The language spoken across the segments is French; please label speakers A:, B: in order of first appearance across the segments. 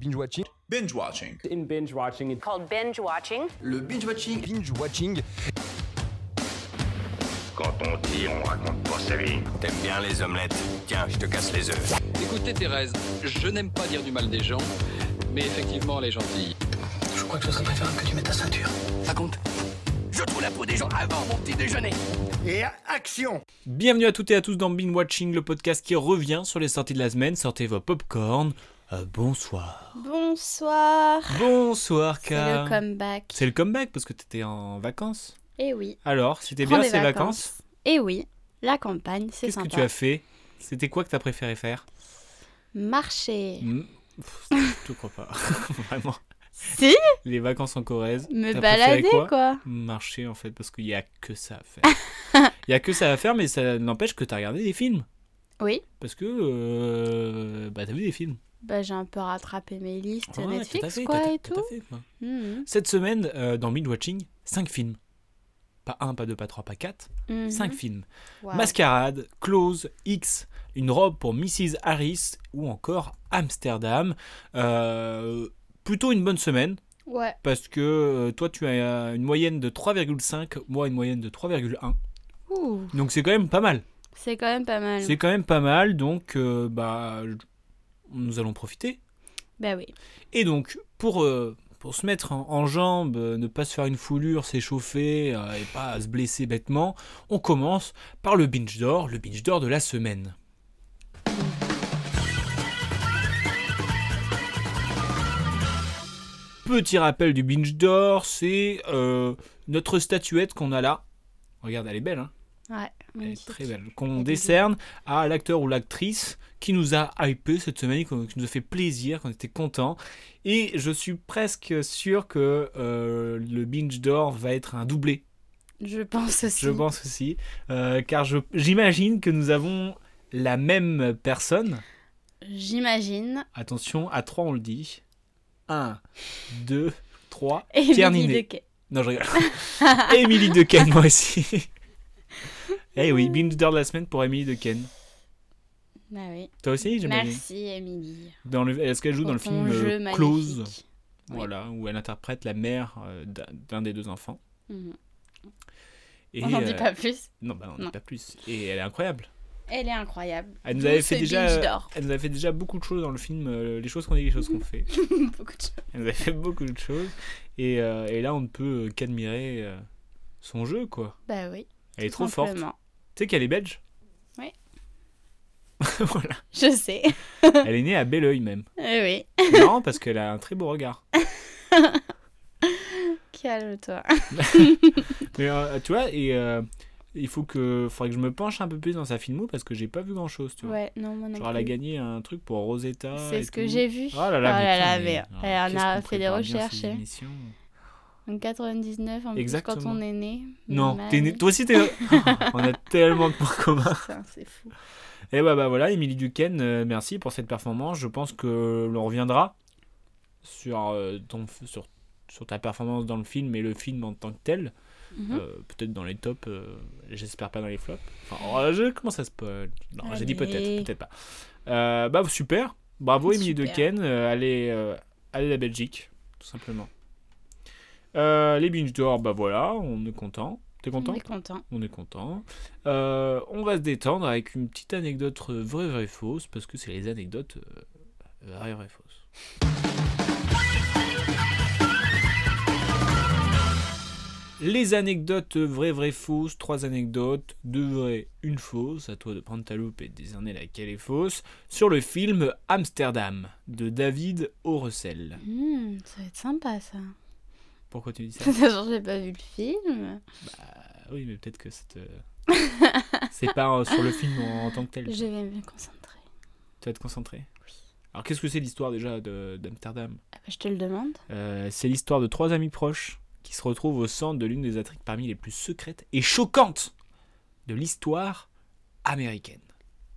A: Binge watching.
B: Binge watching.
C: In binge watching, it's
D: called binge watching.
B: Le binge watching.
A: Binge watching.
E: Quand on dit, on raconte pas sa vie. T'aimes bien les omelettes Tiens, je te casse les œufs.
F: Écoutez Thérèse, je n'aime pas dire du mal des gens, mais effectivement elle est gentille.
G: Je crois que ce serait préférable que tu mettes ta ceinture.
H: Raconte. Je trouve la peau des gens avant mon petit déjeuner.
I: Et action
J: Bienvenue à toutes et à tous dans Binge Watching, le podcast qui revient sur les sorties de la semaine. Sortez vos popcorn. Euh, bonsoir.
K: Bonsoir.
J: Bonsoir,
K: Ka. C'est le comeback.
J: C'est le comeback parce que t'étais en vacances.
K: Eh oui.
J: Alors, c'était bien ces vacances,
K: Eh oui, la campagne, c'est
J: Qu'est-ce
K: sympa.
J: que tu as fait C'était quoi que t'as préféré faire
K: Marcher.
J: Mmh. Pff, Je te crois pas. Vraiment.
K: Si
J: Les vacances en Corrèze.
K: Me
J: t'as
K: balader,
J: préféré
K: quoi.
J: Marcher, en fait, parce qu'il n'y a que ça à faire. Il n'y a que ça à faire, mais ça n'empêche que t'as regardé des films.
K: Oui.
J: Parce que. euh, bah, t'as vu des films.
K: Bah, j'ai un peu rattrapé mes listes
J: Ouais, tout à
K: Netflix,
J: fait,
K: quoi,
J: tout à-
K: et
J: tout
K: tout.
J: à fait, quoi.
K: Mhm.
J: Cette semaine, euh, dans Mid Watching, 5 films. Pas 1, pas 2, pas 3, pas 4.
K: Mhm.
J: 5 films.
K: Wow.
J: Mascarade, Close, X, Une robe pour Mrs. Harris ou encore Amsterdam. Euh, plutôt une bonne semaine
K: Ouais.
J: parce que euh, toi tu as euh, une moyenne de 3,5, moi une moyenne de 3,1.
K: Ouh,
J: Donc c'est quand même pas mal.
K: C'est quand même pas mal.
J: C'est quand même pas mal donc euh, bah nous allons profiter.
K: Bah oui.
J: Et donc, pour, euh, pour se mettre en, en jambes, euh, ne pas se faire une foulure, s'échauffer euh, et pas se blesser bêtement, on commence par le binge d'or, le binge d'or de la semaine. Petit rappel du binge d'or, c'est euh, notre statuette qu'on a là. Regarde, elle est belle, hein
K: Ouais.
J: elle est
K: magnifique.
J: très belle. Qu'on décerne à l'acteur ou l'actrice qui nous a hypé cette semaine, qu'on- qui nous a fait plaisir, qu'on était content. Et je suis presque sûr que euh, le binge d'or va être un doublé.
K: Je pense aussi.
J: Je pense aussi, Euh, car je- j'imagine que nous avons la même personne.
K: J'imagine.
J: Attention, à 3 on le dit. 1, 2, 3. Pierre
K: Émilie
J: Ninet.
K: Dequet.
J: Non, je rigole. Émilie de Ken, moi aussi. Eh oui, binge d'or de la semaine pour Émilie de Ken.
K: Bah oui.
J: Toi aussi, j'imagine.
K: Merci, Émilie.
J: Dans le, est-ce qu'elle joue dans le
K: pour
J: film
K: ton
J: euh,
K: jeu magnifique.
J: Close, voilà, où elle interprète la mère euh, d'un- d'un des deux enfants.
K: Mhm.
J: Et,
K: On n'en dit
J: euh,
K: pas plus.
J: non, bah, on n'en
K: Non.
J: dit pas plus. Et elle est incroyable.
K: Elle est incroyable.
J: Elle nous
K: D'où
J: avait
K: ce
J: fait déjà, euh,
K: binge d'or.
J: elle nous avait fait déjà beaucoup de choses dans le film, euh, les choses qu'on dit, les choses qu'on fait.
K: Beaucoup de choses.
J: Elle nous avait fait beaucoup de choses. Et, euh, et là, on ne peut euh, qu'admirer euh, son jeu, quoi.
K: Bah oui.
J: Elle est
K: tout
J: trop forte. Tu
K: simplement.
J: sais qu'elle est belge.
K: Ouais.
J: voilà.
K: Je sais.
J: Elle est née à Belleuil même.
K: Eh oui.
J: Non, parce qu'elle a un très beau regard.
K: Calme-toi.
J: Mais euh, tu vois, et euh, il faut que, faudrait que je me penche un peu plus dans sa filmo parce que j'ai pas vu grand chose, tu vois.
K: Ouais, non, moi non
J: Genre, elle a
K: plus.
J: gagné un truc pour Rosetta.
K: C'est
J: et
K: ce que
J: tout.
K: j'ai vu.
J: Oh là là, mais
K: Oh là
J: putain,
K: là,
J: mais-
K: mais
J: alors,
K: elle en
J: qu'est-ce
K: a
J: qu'on
K: fait des
J: prépare bien ces
K: recherches, elle.
J: émissions
K: En 99, en plus,
J: Exactement.
K: quand on est né.
J: Non,
K: Ma
J: t'es né-
K: vie.
J: toi aussi t'es. on a tellement de points communs.
K: Putain, C'est fou.
J: Et bah, bah voilà, Émilie Duquesne, euh, merci pour cette performance. Je pense que l'on reviendra sur, euh, ton, sur, sur ta performance dans le film et le film en tant que tel.
K: Mhm.
J: Euh, peut-être dans les tops, euh, j'espère pas dans les flops. Enfin, oh, je commence à spoil. Non, j'ai dit peut-être,
K: Allez.
J: peut-être pas. Euh, bah super, bravo Émilie
K: Super.
J: Dequesne, euh, allez, euh, allez la Belgique, tout simplement. Euh, les binge d'or, bah voilà, on est content. T'es content
K: On est content.
J: On est content. Euh, on va se détendre avec une petite anecdote euh, vraie, vraie, fausse, parce que c'est les anecdotes euh, vraies, vraies, fausses. Les anecdotes vraies, vraies, fausses, trois anecdotes, deux vraies, une fausse, à toi de prendre ta loupe et de décerner laquelle est fausse, sur le film Amsterdam de David Orecel.
K: Hmm, ça va être sympa ça.
J: Pourquoi tu dis ça
K: Genre, j'ai pas vu le film.
J: Ah Oui, mais peut-être que c'est... euh, c'est pas euh, sur le film en, en tant que tel.
K: Je vais me concentrer.
J: Tu vas te concentrer Alors qu'est-ce que c'est l'histoire déjà de- d'Amsterdam
K: Ah bah, je te le demande.
J: Euh, C'est l'histoire de trois amis proches qui se retrouvent au centre de l'une des intrigues parmi les plus secrètes et choquantes de l'histoire américaine.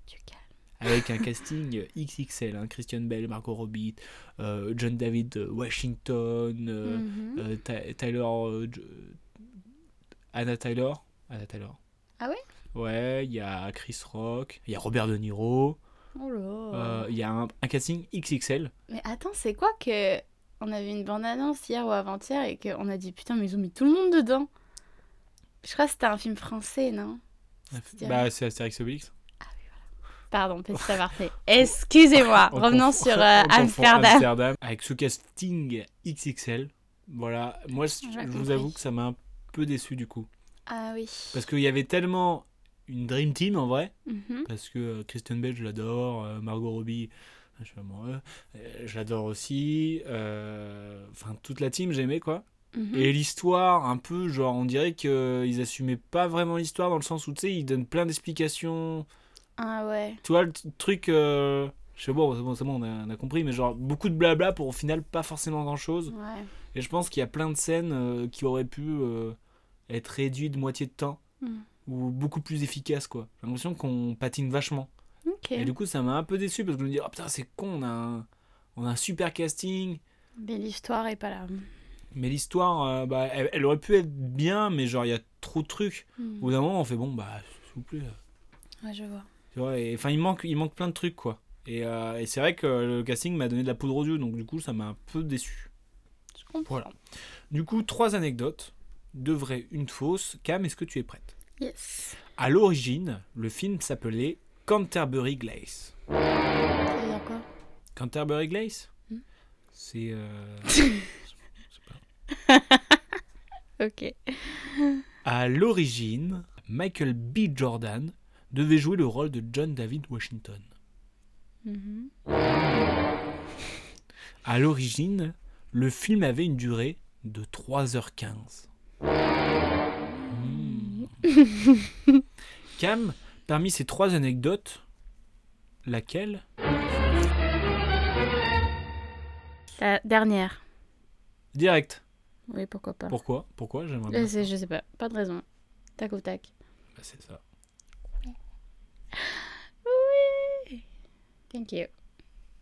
K: Tu calmes.
J: Avec un casting XXL, hein, Christian Bell, Margot Robbie, euh, John David Washington, euh,
K: Mhm.
J: euh, Ty- Tyler... euh, Jo- Anna Taylor. Anna Taylor.
K: Ah ouais
J: Ouais, il y a Chris Rock, il y a Robert De Niro,
K: Oh là.
J: Euh, Il y a un, un casting XXL.
K: Mais attends, c'est quoi que. On avait une bande-annonce hier ou avant-hier et qu'on a dit putain, mais ils ont mis tout le monde dedans. Je crois que c'était un film français, non C'est-à-dire-
J: Bah, c'est Astérix Obélix.
K: Pardon, petit aparté. Excusez-moi,
J: On
K: revenons
J: confond-
K: sur euh,
J: on confond
K: Amsterdam.
J: Amsterdam. Avec ce casting XXL. Voilà. Moi, je,
K: J'ai
J: je vous
K: compris.
J: avoue que ça m'a un peu déçu du coup.
K: Ah oui.
J: Parce qu'il y avait tellement une Dream Team en vrai.
K: Mhm.
J: Parce que euh, Kristen Bell, je l'adore. euh, Margot Robbie, je suis amoureux. euh, je l'adore aussi. euh, Enfin, toute la team, j'aimais quoi.
K: Mhm.
J: Et l'histoire, un peu, genre, on dirait qu'ils assumaient pas vraiment l'histoire dans le sens où, tu sais, ils donnent plein d'explications.
K: Ah ouais.
J: Tu vois, le t- truc. euh, Je sais, bon, c'est bon, c'est bon, on a, on a compris, mais genre, beaucoup de blabla pour au final pas forcément grand chose.
K: Ouais.
J: Et je pense qu'il y a plein de scènes euh, qui auraient pu euh, être réduites de moitié de temps.
K: Mm.
J: Ou beaucoup plus efficaces, quoi. J'ai l'impression qu'on patine vachement.
K: Ok.
J: Et du coup, ça m'a un peu déçu parce que je me dis, oh putain, c'est con, on a un, on a un super casting.
K: Mais l'histoire est pas là.
J: Mais l'histoire, euh, bah, elle, elle aurait pu être bien, mais genre, il y a trop de trucs.
K: Hmm.
J: Au bout d'un moment, on fait bon, bah, s'il vous plaît. euh,
K: Ouais, je vois.
J: Tu vois, et enfin, il manque, il manque plein de trucs, quoi. Et, euh, et c'est vrai que le casting m'a donné de la poudre aux yeux, donc du coup, ça m'a un peu déçu.
K: Je comprends.
J: Voilà. Du coup, trois anecdotes. Deux vraies, une fausse. Cam, est-ce que tu es prête
K: Yes.
J: À l'origine, le film s'appelait Canterbury Glace.
K: Ça veut dire quoi
J: Canterbury Glace
K: Hmm.
J: C'est. euh,
K: Ok.
J: À l'origine, Michael B. Jordan devait jouer le rôle de John David Washington.
K: Mhm.
J: À l'origine, le film avait une durée de 3h15. Hmm. Cam, parmi ces trois anecdotes, laquelle
K: La dernière.
J: Direct.
K: Oui, pourquoi pas.
J: Pourquoi Pourquoi J'aimerais bien.
K: Euh, c'est- je sais pas. Pas de raison. Tac au tac.
J: Bah, c'est ça.
K: Thank you.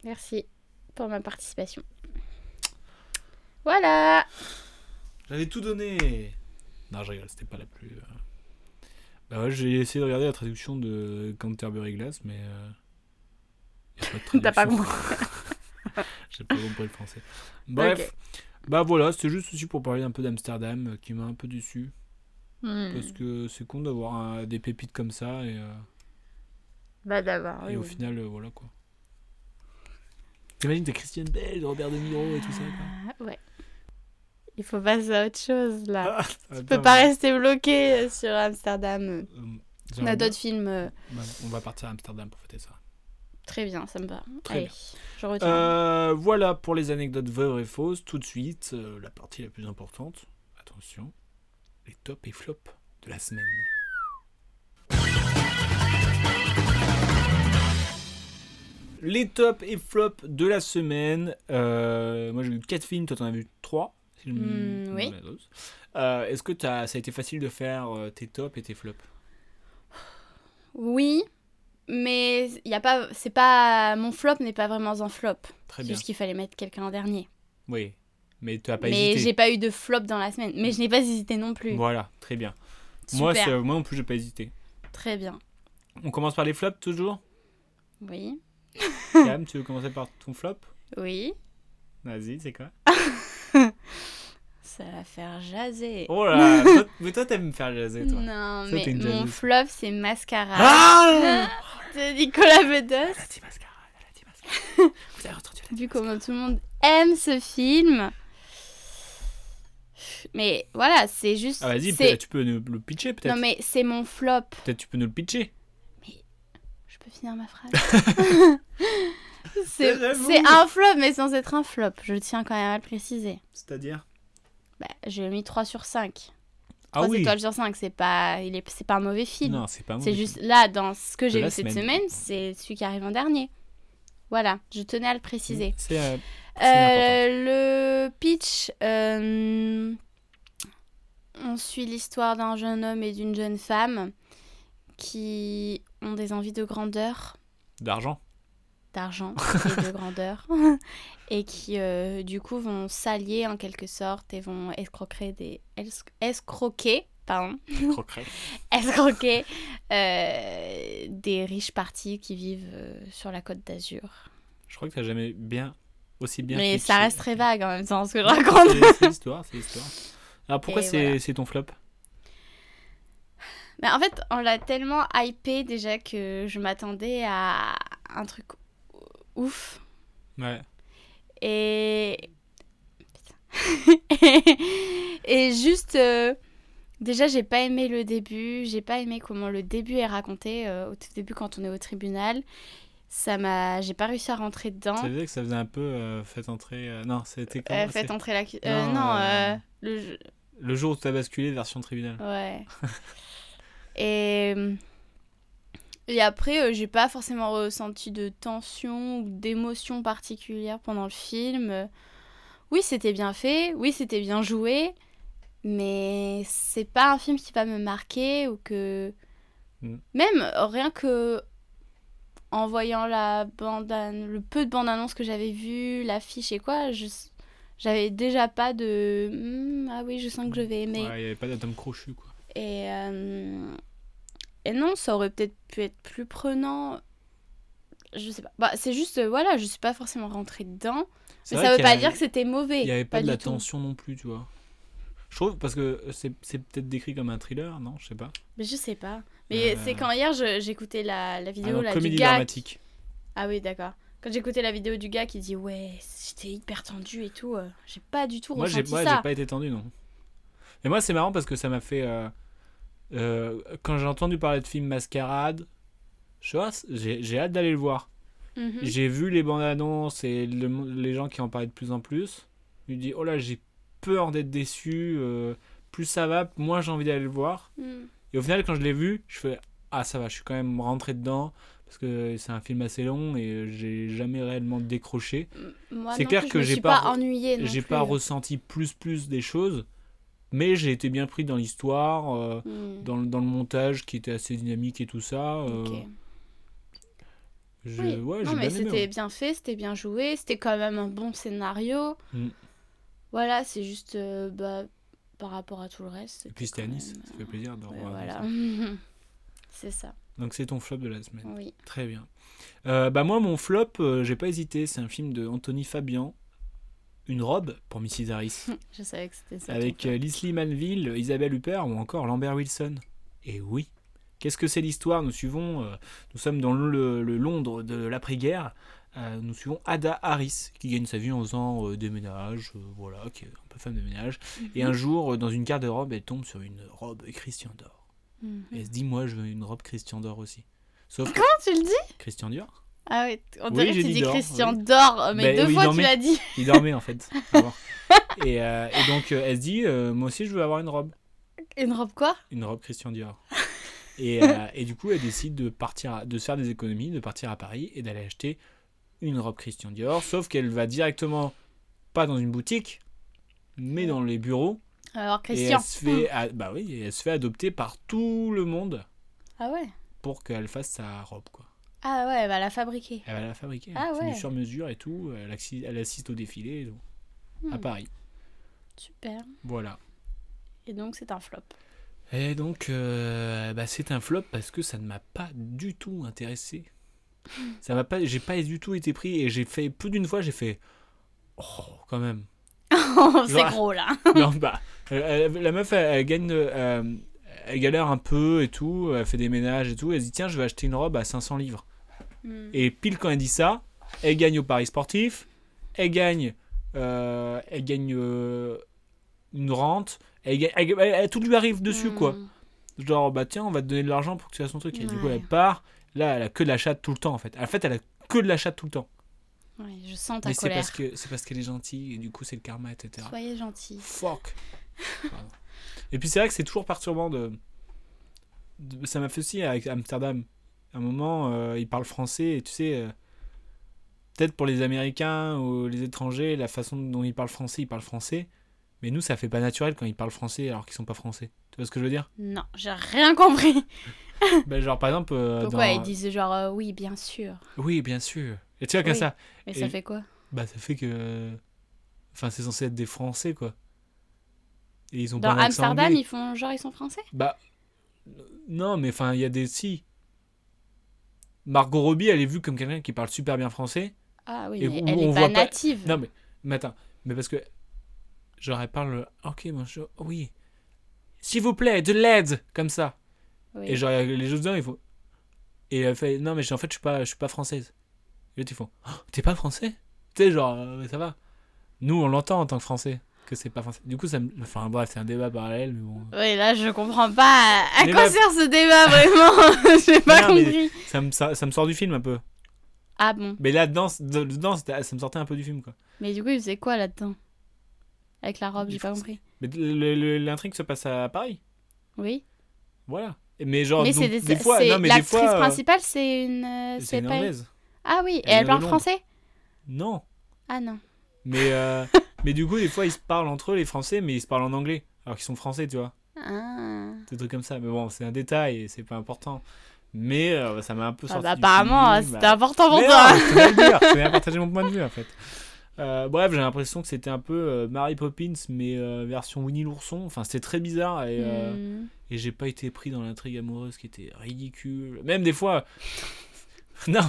K: Merci pour ma participation. Voilà.
J: J'avais tout donné. Non, je rigole, c'était pas la plus. euh. Bah ouais, j'ai essayé de regarder la traduction de Canterbury Glass, mais. euh, y a pas de
K: T'as pas
J: traduction. J'ai pas compris le français. Bref,
K: Ok.
J: bah voilà, c'était juste aussi pour parler un peu d'Amsterdam euh, qui m'a un peu déçu.
K: Hmm.
J: Parce que c'est con d'avoir euh, des pépites comme ça et, euh,
K: Bah d'abord.
J: et
K: Oui.
J: au final, euh, voilà quoi. T'imagines, t'as Christian Bell, Robert De Niro et tout ça quoi.
K: Ah, ouais. Il faut passer à autre chose là.
J: On
K: On peut pas rester bloqué euh, sur Amsterdam.
J: euh,
K: On a d'autres films. euh,
J: Bah, On va partir à Amsterdam pour fêter ça.
K: Très bien, ça me va.
J: Très
K: Allez,
J: bien.
K: je retiens.
J: Euh, voilà pour les anecdotes vraies et fausses. Tout de suite, euh, la partie la plus importante. Attention, les tops et flops de la semaine. Les tops et flops de la semaine. Euh, moi j'ai vu 4 films, toi t'en as vu 3. Si je me-
K: Mm, oui.
J: dans la dose. Euh, Est-ce que t'as- ça a été facile de faire euh, tes tops et tes flops
K: Oui, mais y a pas, c'est pas mon flop n'est pas vraiment un flop.
J: Très
K: C'est
J: bien.
K: juste qu'il fallait mettre quelqu'un en dernier.
J: Oui, mais tu n'as pas
K: mais j'ai
J: hésité.
K: pas eu de flop dans la semaine, mais je n'ai pas hésité non plus.
J: Voilà, très bien. Moi,
K: Super.
J: c'est- moi en plus j'ai pas hésité.
K: Très bien.
J: On commence par les flops toujours
K: Oui,
J: Cam, tu veux commencer par ton flop
K: oui,
J: Vas-y, c'est quoi
K: ça va faire jaser.
J: Oh là là, toi- Mais toi, t'aimes me faire jaser, toi.
K: non,
J: Ça, t'es
K: mais
J: une
K: mon
J: jalousie.
K: flop c'est Mascara
J: Ah
K: de Nicolas Bedos.
J: Elle a dit mascara, elle a dit mascara. Vous avez entendu
K: Vu comment tout le monde aime ce film. Mais voilà, c'est juste.
J: Ah, vas-y,
K: c'est-
J: peut- tu peux nous le pitcher, peut-être
K: Non, mais c'est mon flop.
J: Peut-être tu peux nous le pitcher.
K: Je peux finir ma phrase
J: Ça,
K: C'est
J: j'avoue.
K: c'est un flop, mais sans être un flop. Je tiens quand même à le préciser.
J: C'est-à-dire
K: Bah, j'ai mis 3 sur 5. 3
J: Ah oui
K: étoiles sur 5, c'est pas, il est, c'est pas un mauvais film.
J: Non, c'est pas moi.
K: c'est juste là, dans ce que j'ai
J: la
K: vu cette
J: semaine.
K: semaine, c'est celui qui arrive en dernier. Voilà, je tenais à le préciser.
J: C'est. euh, c'est
K: Euh, le pitch, euh, on suit l'histoire d'un jeune homme et d'une jeune femme qui ont des envies de grandeur
J: D'argent
K: d'argent et de grandeur et qui euh, du coup vont s'allier en quelque sorte et vont escroquer des esc- escroquer pardon
J: Croquerais.
K: escroquer euh, des riches parties qui vivent euh, sur la côte d'Azur.
J: Je crois que t'as jamais bien aussi bien.
K: Mais
J: pitché.
K: ça reste très vague en même temps ce que je raconte.
J: C'est c'est l'histoire, c'est l'histoire. Alors pourquoi
K: Et
J: c'est
K: voilà.
J: c'est ton flop
K: Mais en fait, on l'a tellement hypé déjà que je m'attendais à un truc ouf.
J: Ouais.
K: Et. Putain. et juste. euh, Déjà, j'ai pas aimé le début. J'ai pas aimé comment le début est raconté. euh, au tout début, quand on est au tribunal, ça m'a. J'ai pas réussi à rentrer dedans.
J: Ça faisait que ça faisait un peu euh, faites entrer. euh, non, c'était comment
K: Euh, faites
J: c'est-
K: entrer la. cu- euh,
J: Non,
K: non,
J: euh,
K: euh, le jeu-
J: Le jour où t'as basculé version tribunal.
K: Ouais. et, hum, et après, euh, j'ai pas forcément ressenti de tension ou d'émotion particulière pendant le film. Euh, Oui, c'était bien fait, oui, c'était bien joué, mais c'est pas un film qui va me marquer ou que.
J: Mm.
K: Même euh, rien que en voyant la bande an- le peu de bande annonce que j'avais vu, l'affiche et quoi, je- j'avais déjà pas de Hmm, ah oui, je sens que je vais
J: Ouais,
K: aimer.
J: Il n'y avait pas d'atome crochu quoi.
K: Et, euh, et non, ça aurait peut-être pu être plus prenant. Je sais pas. Bah, c'est juste, euh, voilà, je suis pas forcément rentrée dedans.
J: C'est
K: Mais
J: vrai
K: ça veut
J: qu'il y
K: pas
J: a-
K: dire que c'était mauvais.
J: Il n'y avait pas, de
K: du
J: la
K: tout.
J: tension non plus, tu vois. Je trouve, parce que c'est c'est peut-être décrit comme un thriller, non Je sais pas.
K: Mais je sais pas. Mais
J: Euh.
K: c'est quand hier je- j'écoutais la, la
J: Ah
K: vidéo
J: non,
K: là, du
J: comédie
K: gars.
J: dramatique.
K: Ah oui, d'accord. Quand j'écoutais la vidéo du gars qui dit ouais, j'étais hyper tendu et tout, euh, j'ai pas du tout
J: Moi, j'ai
K: ressenti
J: ouais, j'ai
K: ça.
J: pas été tendu, non. Mais moi, c'est marrant parce que ça m'a fait. euh, euh, quand j'ai entendu parler de film Mascarade, je sais pas, c'est- j'ai j'ai hâte d'aller le voir.
K: Mhm.
J: J'ai vu les bandes annonces et le mo- les gens qui en parlaient de plus en plus. Je me dis, oh là, j'ai peur d'être déçu. euh, plus ça va, moins j'ai envie d'aller le voir.
K: Mm.
J: Et au final, quand je l'ai vu, je fais Ah, ça va, je suis quand même rentré dedans. Parce que c'est un film assez long et j'ai jamais réellement décroché.
K: M- Moi,
J: C'est
K: non
J: clair
K: plus, je
J: que
K: me
J: j'ai
K: suis
J: pas re-
K: ennuyée. non
J: J'ai
K: plus. hein.
J: pas ressenti plus plus des choses, mais j'ai été bien pris dans l'histoire, euh,
K: Mm.
J: dans, le- dans le montage qui était assez dynamique et tout ça. euh,
K: Ok.
J: je- ouais,
K: Oui.
J: j'ai
K: non, mais
J: bien aimé, hein.
K: c'était
J: ouais.
K: bien fait, c'était bien joué, c'était quand même un bon scénario.
J: Mm.
K: Voilà, c'est juste euh, bah, par rapport à tout le reste.
J: Et puis c'était à
K: quand
J: Nice,
K: même,
J: ça fait plaisir de
K: euh, ouais,
J: revoir
K: voilà.
J: ça.
K: c'est ça,
J: Donc c'est ton flop de la semaine.
K: oui.
J: Très bien. Euh, bah moi, mon flop, euh, j'ai pas hésité, c'est un film de Anthony Fabian, Une robe pour Mrs. Harris.
K: Je savais que c'était ça. ton
J: avec
K: plan.
J: euh, Leslie Manville, Isabelle Huppert ou encore Lambert Wilson. Et oui. Qu'est-ce que c'est l'histoire Nous suivons, euh, nous sommes dans le, le Londres de l'après-guerre. Euh, nous suivons Ada Harris qui gagne sa vie en faisant euh, des ménages, euh, voilà, qui est un peu femme de ménage.
K: Mhm.
J: Et un jour, euh, dans une garde-robe, elle tombe sur une robe Christian Dior.
K: Mhm.
J: Et elle se dit, moi, je veux une robe Christian Dior aussi. Sauf que
K: Comment Ah, tu le dis
J: Christian Dior,
K: Ah oui, on
J: Oui, j'ai
K: dirait que tu
J: dit
K: dis
J: dehors,
K: Christian
J: oui.
K: Dor, mais
J: Ben
K: deux
J: oui,
K: fois
J: non,
K: tu
J: mais-
K: l'as dit.
J: il dormait en fait. faut voir. Et, euh, et donc, euh, elle se dit, euh, moi aussi, je veux avoir une robe.
K: Une robe quoi
J: une robe Christian Dior. et, euh, et du coup, elle décide de partir, à- de se faire des économies, de partir à Paris et d'aller acheter une robe Christian Dior. Sauf qu'elle va directement, pas dans une boutique, mais dans les bureaux.
K: Alors
J: Et
K: Christian.
J: elle se fait, a- bah oui, et elle se fait adopter par tout le monde
K: Ah ouais
J: pour qu'elle fasse sa robe, quoi.
K: Ah ouais, elle va la fabriquer.
J: Elle va la fabriquer.
K: Ah
J: C'est
K: ouais.
J: du sur-mesure et tout. Elle, axi- elle assiste au défilé et tout, à
K: Hmm.
J: Paris.
K: Super.
J: Voilà.
K: Et donc c'est un flop.
J: Et donc, euh, bah, c'est un flop parce que ça ne m'a pas du tout intéressé. Ça m'a pas, j'ai pas du tout été pris et j'ai fait plus d'une fois, j'ai fait, oh, quand même.
K: c'est
J: Genre-
K: gros là.
J: non, bah, euh, euh, la meuf, elle, elle gagne, euh, elle galère un peu et tout, elle fait des ménages et tout, elle se dit tiens, je vais acheter une robe à 500 livres.
K: Mm.
J: Et pile quand elle dit ça, elle gagne au Paris sportif, elle gagne, euh, elle gagne euh, une rente, elle gagne, elle- elle- elle- tout lui arrive dessus quoi
K: Mm.
J: genre bah tiens on va te donner de l'argent pour que tu fasses ton truc et du coup
K: Ouais.
J: elle part là elle a que de la chatte tout le temps en fait en fait elle a que de la chatte tout le temps
K: Ouais, je sens ta
J: mais c'est
K: colère.
J: parce que c'est parce qu'elle est gentille et du coup c'est le karma etc
K: Soyez gentil.
J: fuck Pardon. et puis c'est vrai que c'est toujours perturbant de, de- ça m'a fait aussi avec Amsterdam à un moment euh, ils parlent français et tu sais euh, peut-être pour les américains ou les étrangers la façon dont ils parlent français ils parlent français mais nous ça fait pas naturel quand ils parlent français alors qu'ils sont pas français tu vois ce que je veux dire
K: Non, j'ai rien compris.
J: Ben, genre par exemple euh,
K: Pourquoi
J: dans-
K: ils disent genre euh, oui, bien sûr.
J: Oui, bien sûr. Et tu vois, comme
K: Oui.
J: ça,
K: Mais
J: Et-
K: ça fait quoi
J: bah, ça fait que. Enfin, c'est censé être des Français, quoi. Et ils ont
K: Dans
J: pas Bah, un accent
K: Amsterdam,
J: anglais.
K: ils font genre ils sont français
J: Bah. euh, Non, mais enfin, il y a des. Si. Margot Robbie, elle est vue comme quelqu'un qui parle super bien français.
K: Ah oui,
J: Et
K: mais
J: où
K: elle
J: on
K: est
J: voit
K: pas
J: pas-
K: native.
J: Non, mais, mais attends, mais parce que. Genre, elle parle. Ok, bonjour. Oui. S'il vous plaît, de l'aide Comme ça.
K: Oui.
J: Et genre, les autres dedans, ils font. Et elle fait Non, mais en fait, je suis pas, je suis pas française. Et l'autre, ils font Oh, T'es pas français Tu sais, genre, euh, mais ça va. Nous, on l'entend en tant que français, que c'est pas français. Du coup, ça me. Enfin, bref, c'est un débat parallèle, mais bon.
K: Oui, là, je comprends pas à
J: Mais
K: quoi
J: meuf-
K: sert ce débat, vraiment. J'ai pas
J: Non, mais-
K: compris.
J: Ça me, ça, ça me sort du film un peu.
K: Ah bon
J: Mais là, dedans, c- de- dedans c'était- ça me sortait un peu du film, quoi.
K: Mais du coup, il faisait quoi là-dedans Avec la robe,
J: Il
K: j'ai pas
J: faut-
K: compris.
J: Mais le- le- l'intrigue se passe à Paris.
K: Oui.
J: Voilà. Et- Mais genre,
K: mais
J: donc,
K: c'est
J: des,
K: des-
J: fois.
K: c'est-
J: Non, mais des
K: l'actrice
J: fois. euh,
K: principale, c'est une. euh,
J: c'est une
K: pas-
J: anglaise.
K: Ah oui, et
J: Elle
K: elle
J: vient de
K: parle
J: Londres.
K: français
J: Non.
K: Ah non.
J: Mais, euh, mais du coup, des fois, ils se parlent entre eux, les Français, mais ils se parlent en anglais. Alors qu'ils sont français, tu vois.
K: Ah.
J: Des trucs comme ça. Mais bon, c'est un détail et c'est pas important. Mais euh, ça m'a un peu
K: Ah
J: sorti.
K: bah,
J: du
K: apparemment,
J: film,
K: c'était
J: bah.
K: important pour
J: Mais
K: toi.
J: non, je tenais à le dire, je tenais à partager mon point de vue, en fait. Euh, bref, j'ai l'impression que c'était un peu euh, Mary Poppins, mais euh, version Winnie l'ourson. Enfin, c'était très bizarre et, euh,
K: Hmm.
J: et j'ai pas été pris dans l'intrigue amoureuse qui était ridicule. Même des fois. non,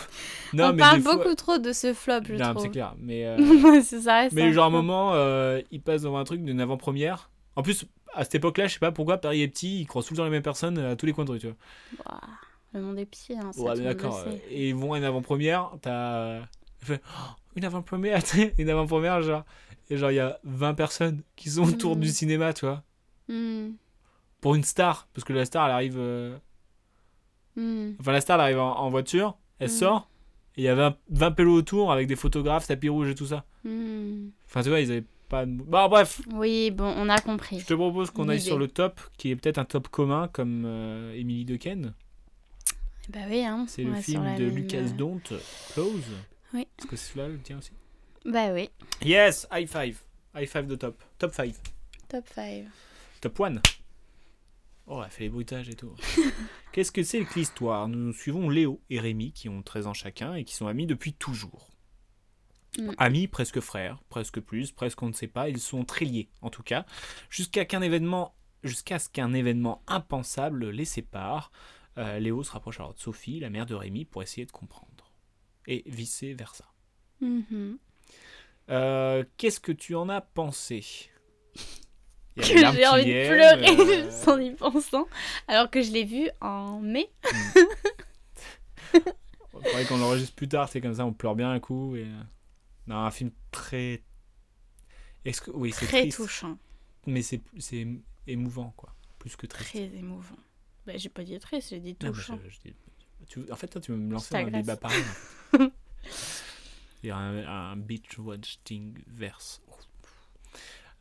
J: non,
K: On
J: mais.
K: parle
J: des fois-
K: beaucoup trop de ce flop, je
J: Non, mais c'est
K: trouve.
J: clair. Mais. euh,
K: C'est ça reste
J: Mais genre à un moment, euh, il passe devant un truc d'une avant-première. En plus, à cette époque-là, je sais pas pourquoi Paris est petit, il croise tout le temps les mêmes personnes à tous les coins de rue, tu vois.
K: Ouah, Le monde est petit, hein, ça,
J: Ouais,
K: tout
J: mais
K: le monde
J: d'accord.
K: le
J: euh,
K: sait.
J: Et ils vont à une avant-première, t'as. elle fait, Oh, une avant-première, tu sais, une avant-première, genre. Et genre, il y a 20 personnes qui sont autour
K: Mm.
J: du cinéma, tu vois.
K: Hmm,
J: Pour une star, parce que la star, elle arrive. euh,
K: hmm.
J: Enfin, la star, elle arrive en, en voiture, elle
K: Mm.
J: sort, et il y a 20, 20 pélos autour avec des photographes, tapis rouge et tout ça.
K: Hmm.
J: Enfin, tu vois, ils avaient pas. de- Bon, bref,
K: Oui, bon, on a compris.
J: Je te propose qu'on aille
K: L'idée.
J: sur le top, qui est peut-être un top commun comme euh, Émilie Dequesne.
K: Eh Bah oui, hein.
J: C'est
K: on
J: le
K: va
J: film
K: sur la
J: de
K: même,
J: Lucas
K: euh,
J: Dont, Close.
K: Oui.
J: Est-ce que celui-là le tien aussi
K: Bah oui,
J: Yes, high five. High five de top. Top 5.
K: top 5.
J: Top 1. Oh, elle fait les bruitages et tout. Qu'est-ce que c'est que l'histoire Nous suivons Léo et Rémi qui ont 13 ans chacun et qui sont amis depuis toujours.
K: Mm.
J: Amis, presque frères, presque plus, presque on ne sait pas, ils sont très liés en tout cas, jusqu'à qu'un événement jusqu'à ce qu'un événement impensable les sépare. Euh, Léo se rapproche alors de Sophie, la mère de Rémi, pour essayer de comprendre. Et vice-versa.
K: Hmm,
J: Euh, Qu'est-ce que tu en as pensé Il y a les larmes
K: J'ai
J: qui
K: envie de
J: viennent,
K: pleurer
J: euh,
K: juste en y pensant. Alors que je l'ai vu en mai.
J: faudrait qu'on l'enregistre plus tard, c'est comme ça, on pleure bien un coup. Et... euh, Non, un film très. Est-ce que oui, c'est
K: Très
J: triste,
K: touchant,
J: mais c'est c'est émouvant quoi, plus que triste.
K: très émouvant. Bah j'ai pas dit triste, j'ai dit
J: Non, mais je-
K: touchant.
J: je dis- tu- en fait, toi, tu veux me lancer
K: ta
J: dans un
K: glace.
J: débat pareil. en fait. Il y a un, un beach watching verse.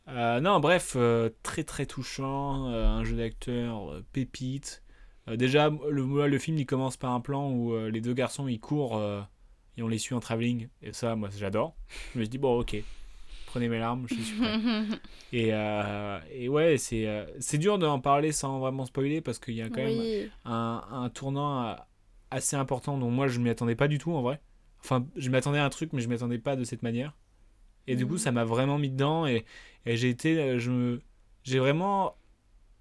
J: Euh, non, bref, euh, très très touchant, euh, un jeu d'acteur euh, pépite. Euh, déjà, le, moi, le film il commence par un plan où euh, les deux garçons ils courent euh, et on les suit en travelling. Et ça, moi j'adore. Je me dis, bon, ok, prenez mes larmes, je suis prêt. et, euh, et ouais, c'est euh, c'est dur d'en parler sans vraiment spoiler parce qu'il y a quand même
K: oui,
J: un, un tournant euh, assez important dont moi je m'y attendais pas du tout en vrai. Enfin, je m'attendais à un truc, mais je m'y attendais pas de cette manière. Et du
K: Mhm.
J: coup, ça m'a vraiment mis dedans et, et j'ai été. euh, je me- J'ai vraiment.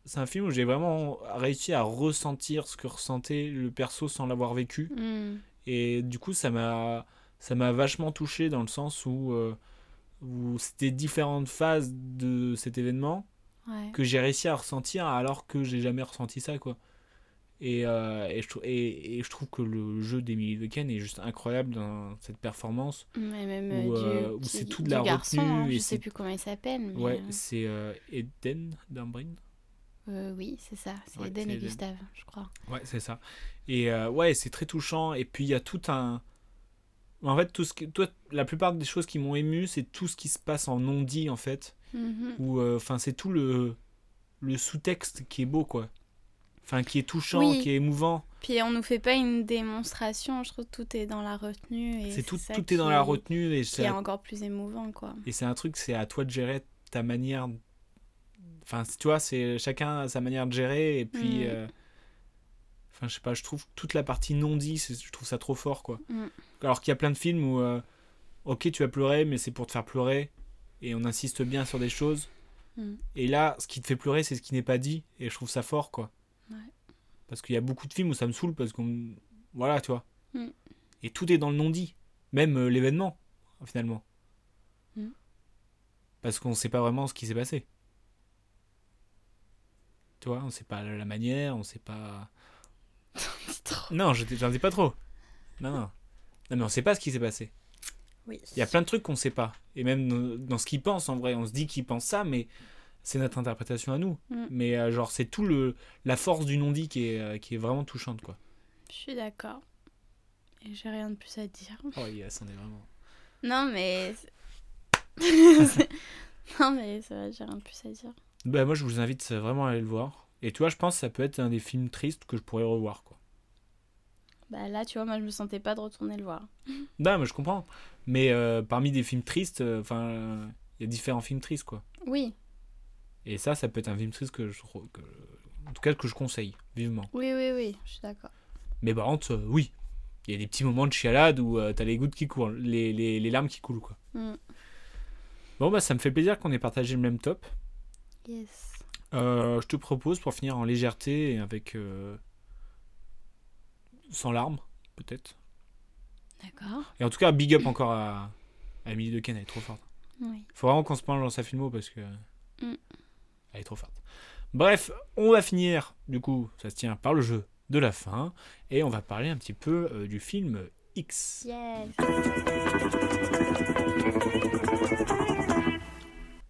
J: C'est un film où j'ai vraiment réussi à ressentir ce que ressentait le perso sans l'avoir vécu.
K: Hmm.
J: Et du coup, ça m'a, ça m'a vachement touché dans le sens où, euh, où c'était différentes phases de cet événement
K: Hmm, ouais.
J: que j'ai réussi à ressentir alors que j'ai jamais ressenti ça quoi et, euh, et, je, trou- et, et je trouve que le jeu d'Emily Dequesne est juste incroyable dans cette performance
K: Mais même
J: Ou,
K: euh, du,
J: euh, ou
K: petit-
J: c'est tout de
K: du
J: la
K: garçon,
J: retenue
K: hein,
J: et
K: je
J: c'est-
K: sais plus comment il s'appelle. Mais
J: ouais
K: euh,
J: c'est euh, Eden Dumbrin
K: euh, oui, c'est ça, c'est
J: Ouais,
K: Eden
J: c'est
K: et
J: Eden.
K: Gustave, je crois.
J: ouais c'est ça et euh, ouais c'est très touchant et puis il y a tout un en fait tout ce qui... toi, la plupart des choses qui m'ont ému c'est tout ce qui se passe en non dit en fait
K: Mhm.
J: ou euh, enfin c'est tout le le sous-texte qui est beau quoi enfin qui est touchant
K: Oui.
J: qui est émouvant
K: Puis on nous fait pas une démonstration, je trouve que tout est dans la retenue. et
J: c'est tout
K: ça
J: tout est dans
K: qui-
J: la retenue et
K: Qui
J: c'est
K: est encore plus émouvant, quoi.
J: Et c'est un truc, c'est à toi de gérer ta manière. Enfin, tu vois, c'est chacun a sa manière de gérer. Et puis.
K: Mm.
J: euh, Enfin, je sais pas, je trouve toute la partie non dit, c'est- je trouve ça trop fort, quoi.
K: Mm.
J: Alors qu'il y a plein de films où. euh, ok, tu as pleuré, mais c'est pour te faire pleurer. Et on insiste bien sur des choses.
K: Mm.
J: Et là, ce qui te fait pleurer, c'est ce qui n'est pas dit. Et je trouve ça fort, quoi.
K: Ouais.
J: Parce qu'il y a beaucoup de films où ça me saoule parce qu'on. Voilà, tu vois.
K: Mm.
J: Et tout est dans le non-dit, même euh, l'événement, finalement.
K: Mm.
J: Parce qu'on ne sait pas vraiment ce qui s'est passé. Tu vois, on ne sait pas la manière, on ne sait pas...
K: Dis trop.
J: Non, je j'en dis pas trop. Non, non. Non, mais on ne sait pas ce qui s'est passé.
K: Oui.
J: Il y a plein de trucs qu'on ne sait pas. Et même dans, dans ce qu'ils pensent, en vrai, on se dit qu'ils pensent ça, mais c'est notre interprétation à nous.
K: Mm.
J: Mais euh, genre, c'est tout le la force du non-dit qui est, euh, qui est vraiment touchante, quoi.
K: Je suis d'accord. Et j'ai rien de plus à dire.
J: Oh, il s'en est vraiment.
K: Non, mais. c'est- non, mais ça va, j'ai rien de plus à dire.
J: Bah, moi, je vous invite euh, vraiment à aller le voir. Et tu vois, je pense que ça peut être un des films tristes que je pourrais revoir, quoi.
K: Bah là, tu vois, moi je me sentais pas de retourner le voir.
J: Non, mais Bah, je comprends. Mais euh, parmi des films tristes, euh, enfin, euh, il y a différents films tristes, quoi.
K: Oui,
J: Et ça, ça peut être un film triste que je. re- que- en tout cas, que je conseille, vivement.
K: oui, oui, oui, je suis d'accord.
J: Mais par contre, euh, oui. Il y a des petits moments de chialade où euh, t'as les gouttes qui coulent, les, les, les larmes qui coulent, quoi.
K: Mm.
J: Bon, bah, ça me fait plaisir qu'on ait partagé le même top.
K: Yes.
J: Euh, je te propose, pour finir en légèreté et avec. euh, sans larmes, peut-être.
K: D'accord.
J: Et en tout cas, big up encore à, à Emily de elle est trop forte.
K: Oui.
J: Faut vraiment qu'on se penche dans sa filmo parce que.
K: Mm.
J: Elle est trop forte. Bref, on va finir, du coup, ça se tient par le jeu de la fin. Et on va parler un petit peu euh, du film X.
K: Yes.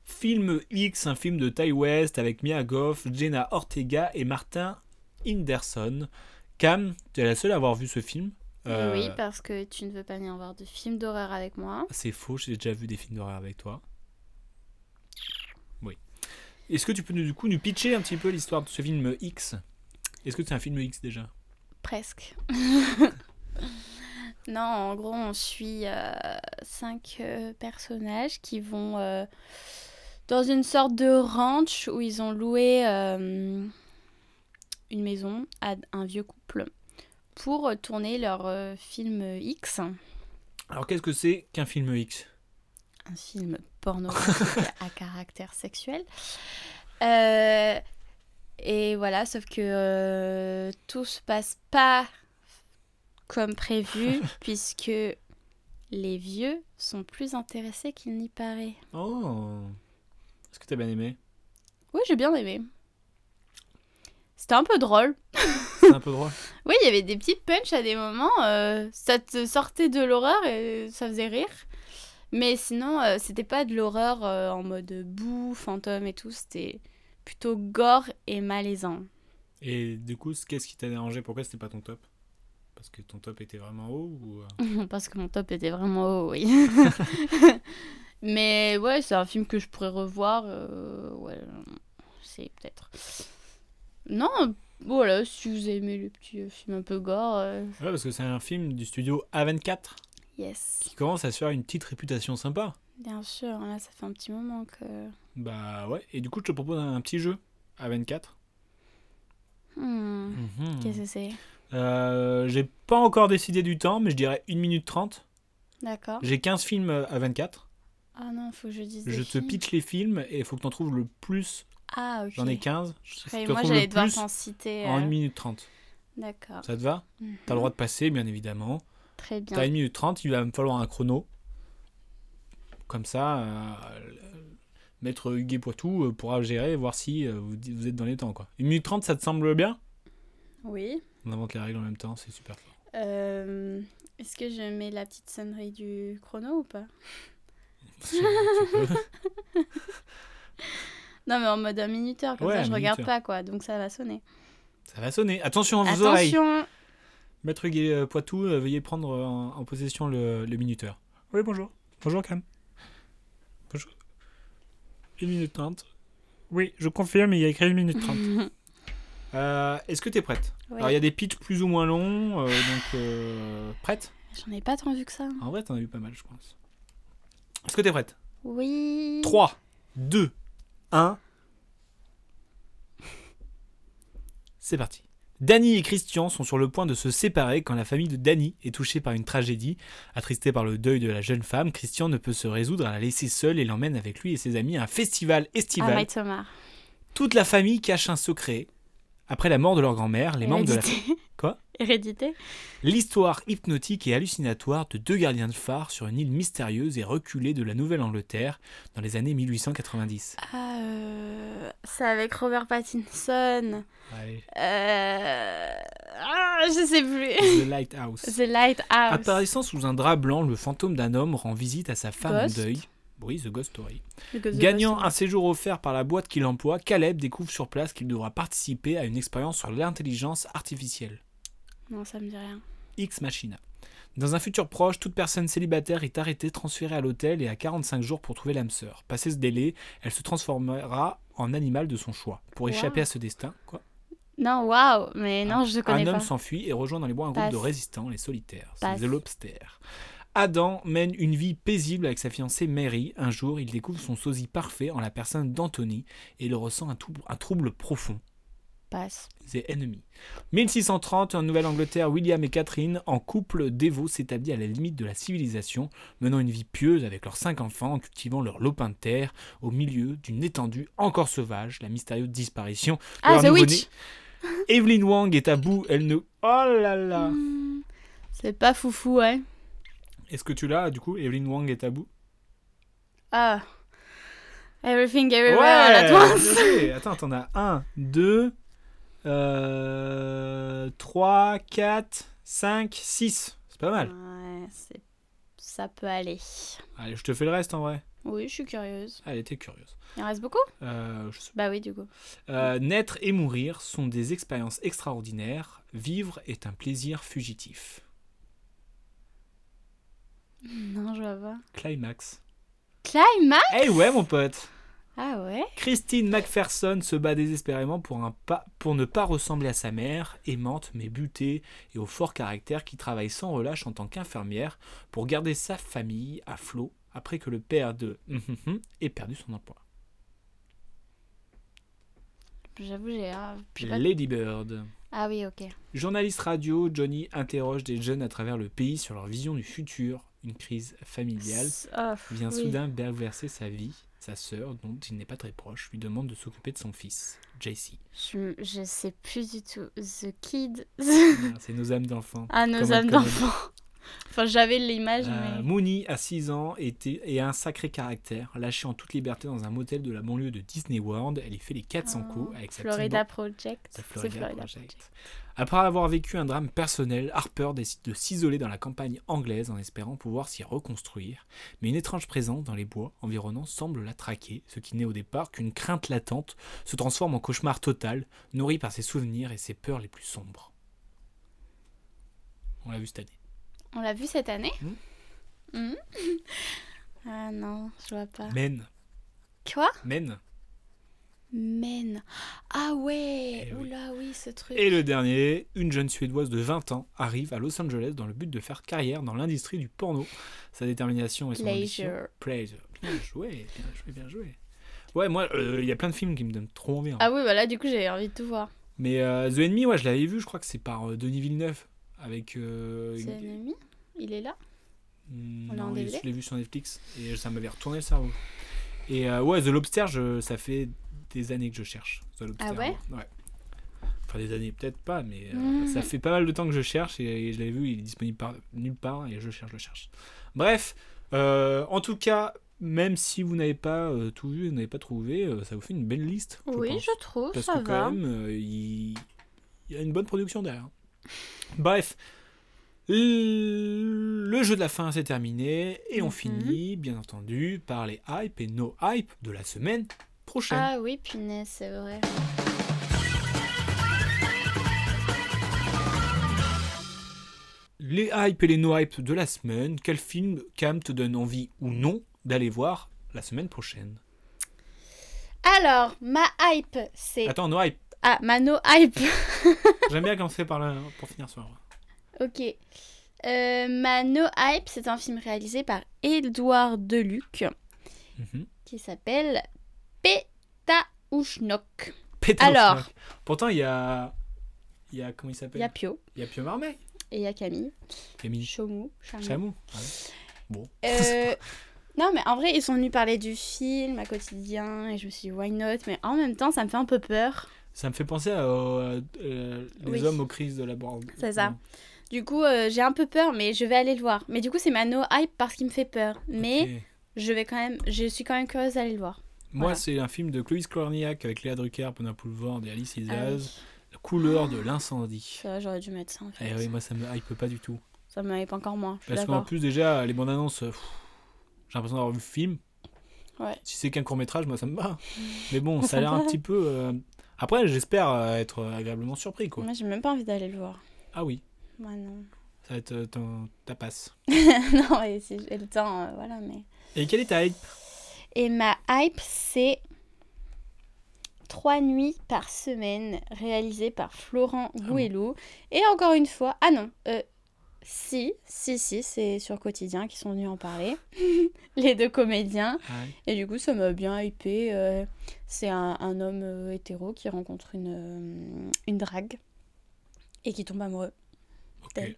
J: Film X, un film de Ty West avec Mia Goff, Jenna Ortega et Martin Hinderson. Cam, tu es la seule à avoir vu ce film. Euh,
K: Eh Oui, parce que tu ne veux pas venir voir de film d'horreur avec moi.
J: C'est faux, j'ai déjà vu des films d'horreur avec toi. Oui. Est-ce que tu peux nous- du coup nous pitcher un petit peu l'histoire de ce film X Est-ce que c'est un film X déjà
K: Presque. non, en gros, on suit euh, cinq euh, personnages qui vont euh, dans une sorte de ranch où ils ont loué euh, une maison à un vieux couple pour euh, tourner leur euh, film X, un
J: Alors qu'est-ce que c'est qu'un film X
K: film pornographique à caractère sexuel. Euh, et voilà, sauf que euh, tout se passe pas comme prévu, puisque les vieux sont plus intéressés qu'il n'y paraît.
J: Oh Est-ce que t'as bien aimé
K: Oui, j'ai bien aimé. C'était un peu drôle.
J: C'est un peu drôle.
K: Oui, il y avait des petits punchs à des moments. euh, ça te sortait de l'horreur et ça faisait rire. Mais sinon, euh, c'était pas de l'horreur euh, en mode boue, fantôme et tout. C'était plutôt gore et malaisant.
J: Et du coup, c- qu'est-ce qui t'a dérangé Pourquoi c'était pas ton top Parce que ton top était vraiment haut ou euh,
K: Parce que mon top était vraiment haut, oui. Mais ouais, c'est un film que je pourrais revoir. euh, ouais, c'est peut-être. Non, voilà, si vous aimez les petits euh, films un peu gore, euh,
J: Ouais, parce que c'est un film du studio A24
K: yes.
J: qui commence à se faire une petite réputation sympa.
K: Bien sûr, là, ça fait un petit moment que.
J: Bah ouais. Et du coup, je te propose un, un petit jeu A24.
K: Hmm,
J: Mhm.
K: Qu'est-ce que c'est
J: Euh, j'ai pas encore décidé du temps, mais je dirais 1 minute 30.
K: D'accord.
J: J'ai 15 films à 24.
K: Ah non, faut que je dise. des
J: Je te
K: films.
J: pitch les films et il faut que t'en trouves le plus.
K: Ah, ok.
J: J'en ai 15. Je faut que
K: Et
J: t'en
K: moi,
J: trouves le
K: j'allais devoir
J: plus
K: t'en citer.
J: en
K: euh,
J: 1 minute 30.
K: D'accord.
J: Ça te va
K: Mhm.
J: T'as le droit de passer, bien évidemment.
K: Très bien.
J: T'as 1 minute 30, il va me falloir un chrono. Comme ça, euh, le- Maître Huguet Poitou euh, pourra gérer et voir si euh, vous, vous êtes dans les temps. Quoi. 1 minute 30, ça te semble bien
K: Oui.
J: On invente les règles en même temps, c'est super fort.
K: Euh, Est-ce que je mets la petite sonnerie du chrono ou pas
J: Tu peux.
K: Non, mais en mode un minuteur, comme
J: Ouais,
K: ça je
J: un
K: regarde
J: minuteur.
K: pas quoi, donc ça va sonner.
J: ça va sonner. Attention à vos oreilles
K: Attention
J: Maître Guy euh, Poitou, euh, veuillez prendre euh, en, en possession le, le minuteur. Oui, bonjour. Bonjour, Cam. Bonjour. 1 minute 30. Oui, je confirme, il y a écrit 1 minute 30. Euh, Est-ce que tu es prête
K: Oui.
J: Alors, il Ah, y a des pitchs plus ou moins longs, euh, donc euh, prête
K: J'en ai pas tant vu que ça. hein.
J: En vrai, t'en as eu pas mal, je pense. Est-ce que tu es prête
K: Oui
J: 3, 2, 1. C'est parti. Danny et Christian sont sur le point de se séparer quand la famille de Danny est touchée par une tragédie. Attristé par le deuil de la jeune femme, Christian ne peut se résoudre à la laisser seule et l'emmène avec lui et ses amis à un festival estival.
K: Arrête Omar.
J: Toute la famille cache un secret. Après la mort de leur grand-mère, les
K: Elle
J: membres de
K: a
J: la
K: dit-
J: Quoi
K: Hérédité
J: L'histoire hypnotique et hallucinatoire de deux gardiens de phare sur une île mystérieuse et reculée de la Nouvelle-Angleterre dans les années 1890.
K: Ah, euh, c'est avec Robert Pattinson.
J: Allez,
K: Euh... Ah, je sais plus.
J: The Lighthouse.
K: The Lighthouse.
J: Apparaissant sous un drap blanc, le fantôme d'un homme rend visite à sa femme
K: Ghost.
J: en deuil. Oui, The Ghost Story.
K: Le Ghost
J: Gagnant
K: Ghost.
J: un séjour offert par la boîte qu'il emploie, Caleb découvre sur place qu'il devra participer à une expérience sur l'intelligence artificielle.
K: Non, ça me dit rien.
J: X Machina. Dans un futur proche, toute personne célibataire est arrêtée, transférée à l'hôtel et à 45 jours pour trouver l'âme sœur. Passé ce délai, elle se transformera en animal de son choix. Pour
K: Wow.
J: échapper à ce destin, quoi,
K: Non, waouh, mais non, je connais
J: Ah, un homme
K: pas.
J: s'enfuit et rejoint dans les bois un
K: Passe.
J: groupe de résistants, les solitaires,
K: Passe.
J: c'est The Lobster. Adam mène une vie paisible avec sa fiancée Mary. Un jour, il découvre son sosie parfait en la personne d'Anthony et il ressent un, trou- un trouble profond.
K: Passe.
J: The Enemy. 1630, en Nouvelle-Angleterre, William et Catherine, en couple dévot, s'établit à la limite de la civilisation, menant une vie pieuse avec leurs cinq enfants, en cultivant leur lopin de terre au milieu d'une étendue encore sauvage, la mystérieuse disparition. de
K: Ah,
J: leur
K: The
J: nouveau-né.
K: Witch
J: Evelyn Wang est à bout, elle ne. Oh là là
K: Hmm, C'est pas foufou, ouais.
J: Est-ce que tu l'as, du coup Evelyn Wang est à bout
K: Ah. Everything Everywhere all at once.
J: bien joué. Attends, t'en as 1, 2, euh, 3, 4, 5, 6. C'est pas mal.
K: Ouais, c'est... ça peut aller.
J: Allez, je te fais le reste en vrai.
K: Oui, je suis curieuse.
J: Allez, t'es curieuse.
K: Il en reste beaucoup
J: Euh, je sais
K: Bah oui, du coup.
J: pas. Euh, naître et mourir sont des expériences extraordinaires. Vivre est un plaisir fugitif.
K: Non, je vois pas.
J: Climax.
K: Climax
J: Eh ouais, mon pote
K: Ah ouais
J: Christine McPherson se bat désespérément pour, un pas, pour ne pas ressembler à sa mère, aimante mais butée et au fort caractère qui travaille sans relâche en tant qu'infirmière pour garder sa famille à flot après que le père de ait perdu son emploi.
K: J'avoue, j'ai... ah, je sais pas-
J: Lady Bird.
K: Ah oui, ok.
J: Journaliste radio, Johnny interroge des jeunes à travers le pays sur leur vision du futur. Une crise familiale
K: S- oh, pff,
J: vient
K: oui.
J: soudain bouleverser sa vie. Sa sœur, dont il n'est pas très proche, lui demande de s'occuper de son fils, JC.
K: Je, je sais plus du tout. The Kid.
J: C'est nos âmes d'enfant.
K: ah, nos
J: Comment
K: âmes
J: elle
K: d'enfant. Enfin, j'avais l'image,
J: Euh,
K: mais...
J: Mooney, à 6 ans, était, et a un sacré caractère. Lâchée en toute liberté dans un motel de la banlieue de Disney World, elle y fait les 400
K: Ah,
J: coups avec sa petite
K: Florida
J: ban-
K: Project.
J: sa
K: C'est
J: Florida Project. Après avoir vécu un drame personnel, Harper décide de s'isoler dans la campagne anglaise en espérant pouvoir s'y reconstruire. Mais une étrange présence dans les bois environnants semble la traquer, ce qui n'est au départ qu'une crainte latente, se transforme en cauchemar total, nourri par ses souvenirs et ses peurs les plus sombres. On l'a vu cette année.
K: On l'a vu cette année
J: Hmm.
K: Hmm. Ah non, je vois pas.
J: Men,
K: Quoi
J: men.
K: Men. Ah ouais
J: Eh oui.
K: Oula, oui, ce truc.
J: Et le dernier, une jeune Suédoise de 20 ans arrive à Los Angeles dans le but de faire carrière dans l'industrie du porno. Sa détermination et son ambition.
K: Pleasure.
J: Pleasure. Bien joué, bien joué, bien joué. Ouais, moi, euh, il y a plein de films qui me donnent trop envie. hein.
K: Ah oui, bah là, du coup, j'ai envie de tout voir.
J: Mais euh, The Enemy, ouais, je l'avais vu, je crois que c'est par euh, Denis Villeneuve. Avec. euh,
K: C'est un ami Il est là
J: Hmm,
K: On l'a en
J: non,
K: DVD?
J: je l'ai vu sur Netflix et ça m'avait retourné le cerveau. Et euh, ouais, The Lobster, je- ça fait des années que je cherche. The Lobster,
K: Ah ouais
J: moi. Ouais. Enfin, des années peut-être pas, mais euh,
K: Mm.
J: ça fait pas mal de temps que je cherche et, et je l'avais vu, il est disponible par- nulle part et je cherche, je cherche. Bref, euh, en tout cas, même si vous n'avez pas euh, tout vu, vous n'avez pas trouvé, euh, ça vous fait une belle liste. je
K: Oui,
J: pense.
K: je trouve,
J: Parce
K: Oh, ça
J: que quand
K: va.
J: même, euh, il... il y a une bonne production derrière. Bref, l- le jeu de la fin c'est terminé et on
K: Mhm.
J: finit, bien entendu, par les hype et no hype de la semaine prochaine.
K: Ah oui, punaise, c'est vrai.
J: Les hype et les no hype de la semaine, quel film, Cam, te donne envie ou non d'aller voir la semaine prochaine
K: Alors, ma hype, c'est...
J: Attends, no hype,
K: Ah, ma no hype
J: j'aime bien commencer par là hein, pour finir sur.
K: Ok. Euh, ma no hype, c'est un film réalisé par Édouard Deluc
J: Mhm.
K: qui s'appelle Pétaouchnok.
J: Pétain,
K: Alors.
J: Snock. Pourtant, il y a. Il y a. Comment il
K: Il y a
J: s'appelle
K: Pio
J: Il y a Pio Marmeille.
K: et il y a Camille.
J: Camille
K: Chaumou. Chamou.
J: Chamou. Ouais. Bon.
K: Euh, non, mais en vrai, ils sont venus parler du film à quotidien et je me suis dit, why not Mais en même temps, ça me fait un peu peur.
J: Ça me fait penser à, euh, euh, Les
K: Oui.
J: hommes aux crises de la bande.
K: C'est ça. Du coup, euh, j'ai un peu peur, mais je vais aller le voir. Mais du coup, c'est ma no hype parce qu'il me fait peur. Mais
J: Ok.
K: je vais quand même, je suis quand même curieuse d'aller le voir.
J: Moi,
K: Voilà.
J: c'est un film de Clovis Cornillac avec Léa Drucker, Pena Poulvord et Alice
K: Ah
J: Isaz.
K: oui.
J: La couleur de l'incendie.
K: C'est vrai, j'aurais dû mettre ça en fait.
J: Eh oui, moi, ça me hype pas du tout.
K: Ça me hype encore moins. Je suis
J: Parce qu'en
K: d'accord.
J: plus, déjà, les bandes annonces, euh, pff, j'ai l'impression d'avoir vu le film.
K: Ouais.
J: Si c'est qu'un court métrage, moi, ça me va. Mais bon, ça a l'air un petit peu. euh, Après, j'espère euh, être euh, agréablement surpris, quoi.
K: Moi, j'ai même pas envie d'aller le voir.
J: Ah oui,
K: Moi, non.
J: ça va être euh, ton- ta passe.
K: non, et si j'ai le temps, euh, voilà, mais.
J: Et quelle est ta hype
K: Et ma hype, c'est. Trois nuits par semaine, réalisées par Florent Gouelou. Et encore une fois, ah non, euh, si, si, si, c'est sur Quotidien qui sont venus en parler. Les deux comédiens.
J: Ah
K: Et du coup, ça m'a bien hypé. euh, c'est un, un homme euh, hétéro qui rencontre une, euh, une drague et qui tombe amoureux.
J: Ok.
K: Tel.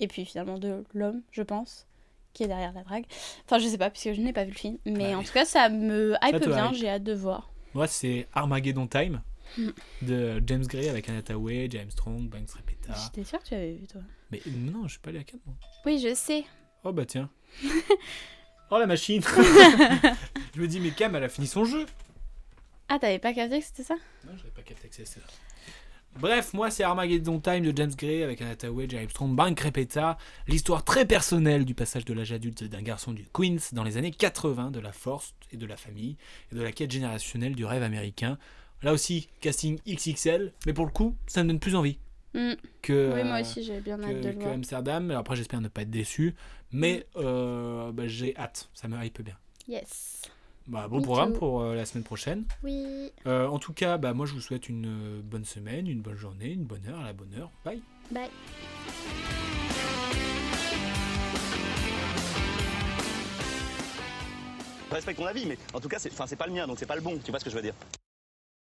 K: Et puis finalement de l'homme, je pense, qui est derrière la drague. Enfin, je sais pas, puisque je n'ai pas vu le film. Mais
J: Ouais.
K: en tout cas, ça me hype
J: te
K: bien,
J: hype.
K: j'ai hâte de voir.
J: Moi, c'est Armageddon Time
K: Hmm.
J: de James Gray avec Anna Hathaway, James Strong, Banks Repeta.
K: J'étais sûre que tu avais vu, toi.
J: Mais non, je suis pas allé à Cannes, moi.
K: Oui, je sais.
J: Oh bah tiens. oh la machine Je me dis, mais Cam, elle a fini son jeu
K: Ah, t'avais pas capté que c'était ça
J: Non, j'avais pas capté que c'était ça. Bref, moi c'est Armageddon Time de James Gray avec Anna Hathaway, Jerry Armstrong, Bank Repeta, l'histoire très personnelle du passage de l'âge adulte d'un garçon du Queens dans les années 80 de la force et de la famille et de la quête générationnelle du rêve américain. Là aussi, casting XXL, mais pour le coup, ça me donne plus envie
K: Mm.
J: que
K: Oui, moi
J: euh,
K: aussi, j'ai bien hâte de
J: que,
K: le
J: que
K: voir. Mm.
J: Amsterdam. Alors après, j'espère ne pas être déçu, mais euh, bah, j'ai hâte. Ça me hype bien.
K: Yes.
J: Bah, bon
K: Me
J: programme
K: too.
J: pour euh, la semaine prochaine.
K: Oui.
J: Euh, en tout cas, bah, moi, je vous souhaite une euh, bonne semaine, une bonne journée, une bonne heure, à la bonne heure. Bye.
K: Bye.
A: Je respecte ton avis, mais en tout cas, c'est enfin, c'est pas le mien, donc c'est pas le bon. Tu vois ce que je veux dire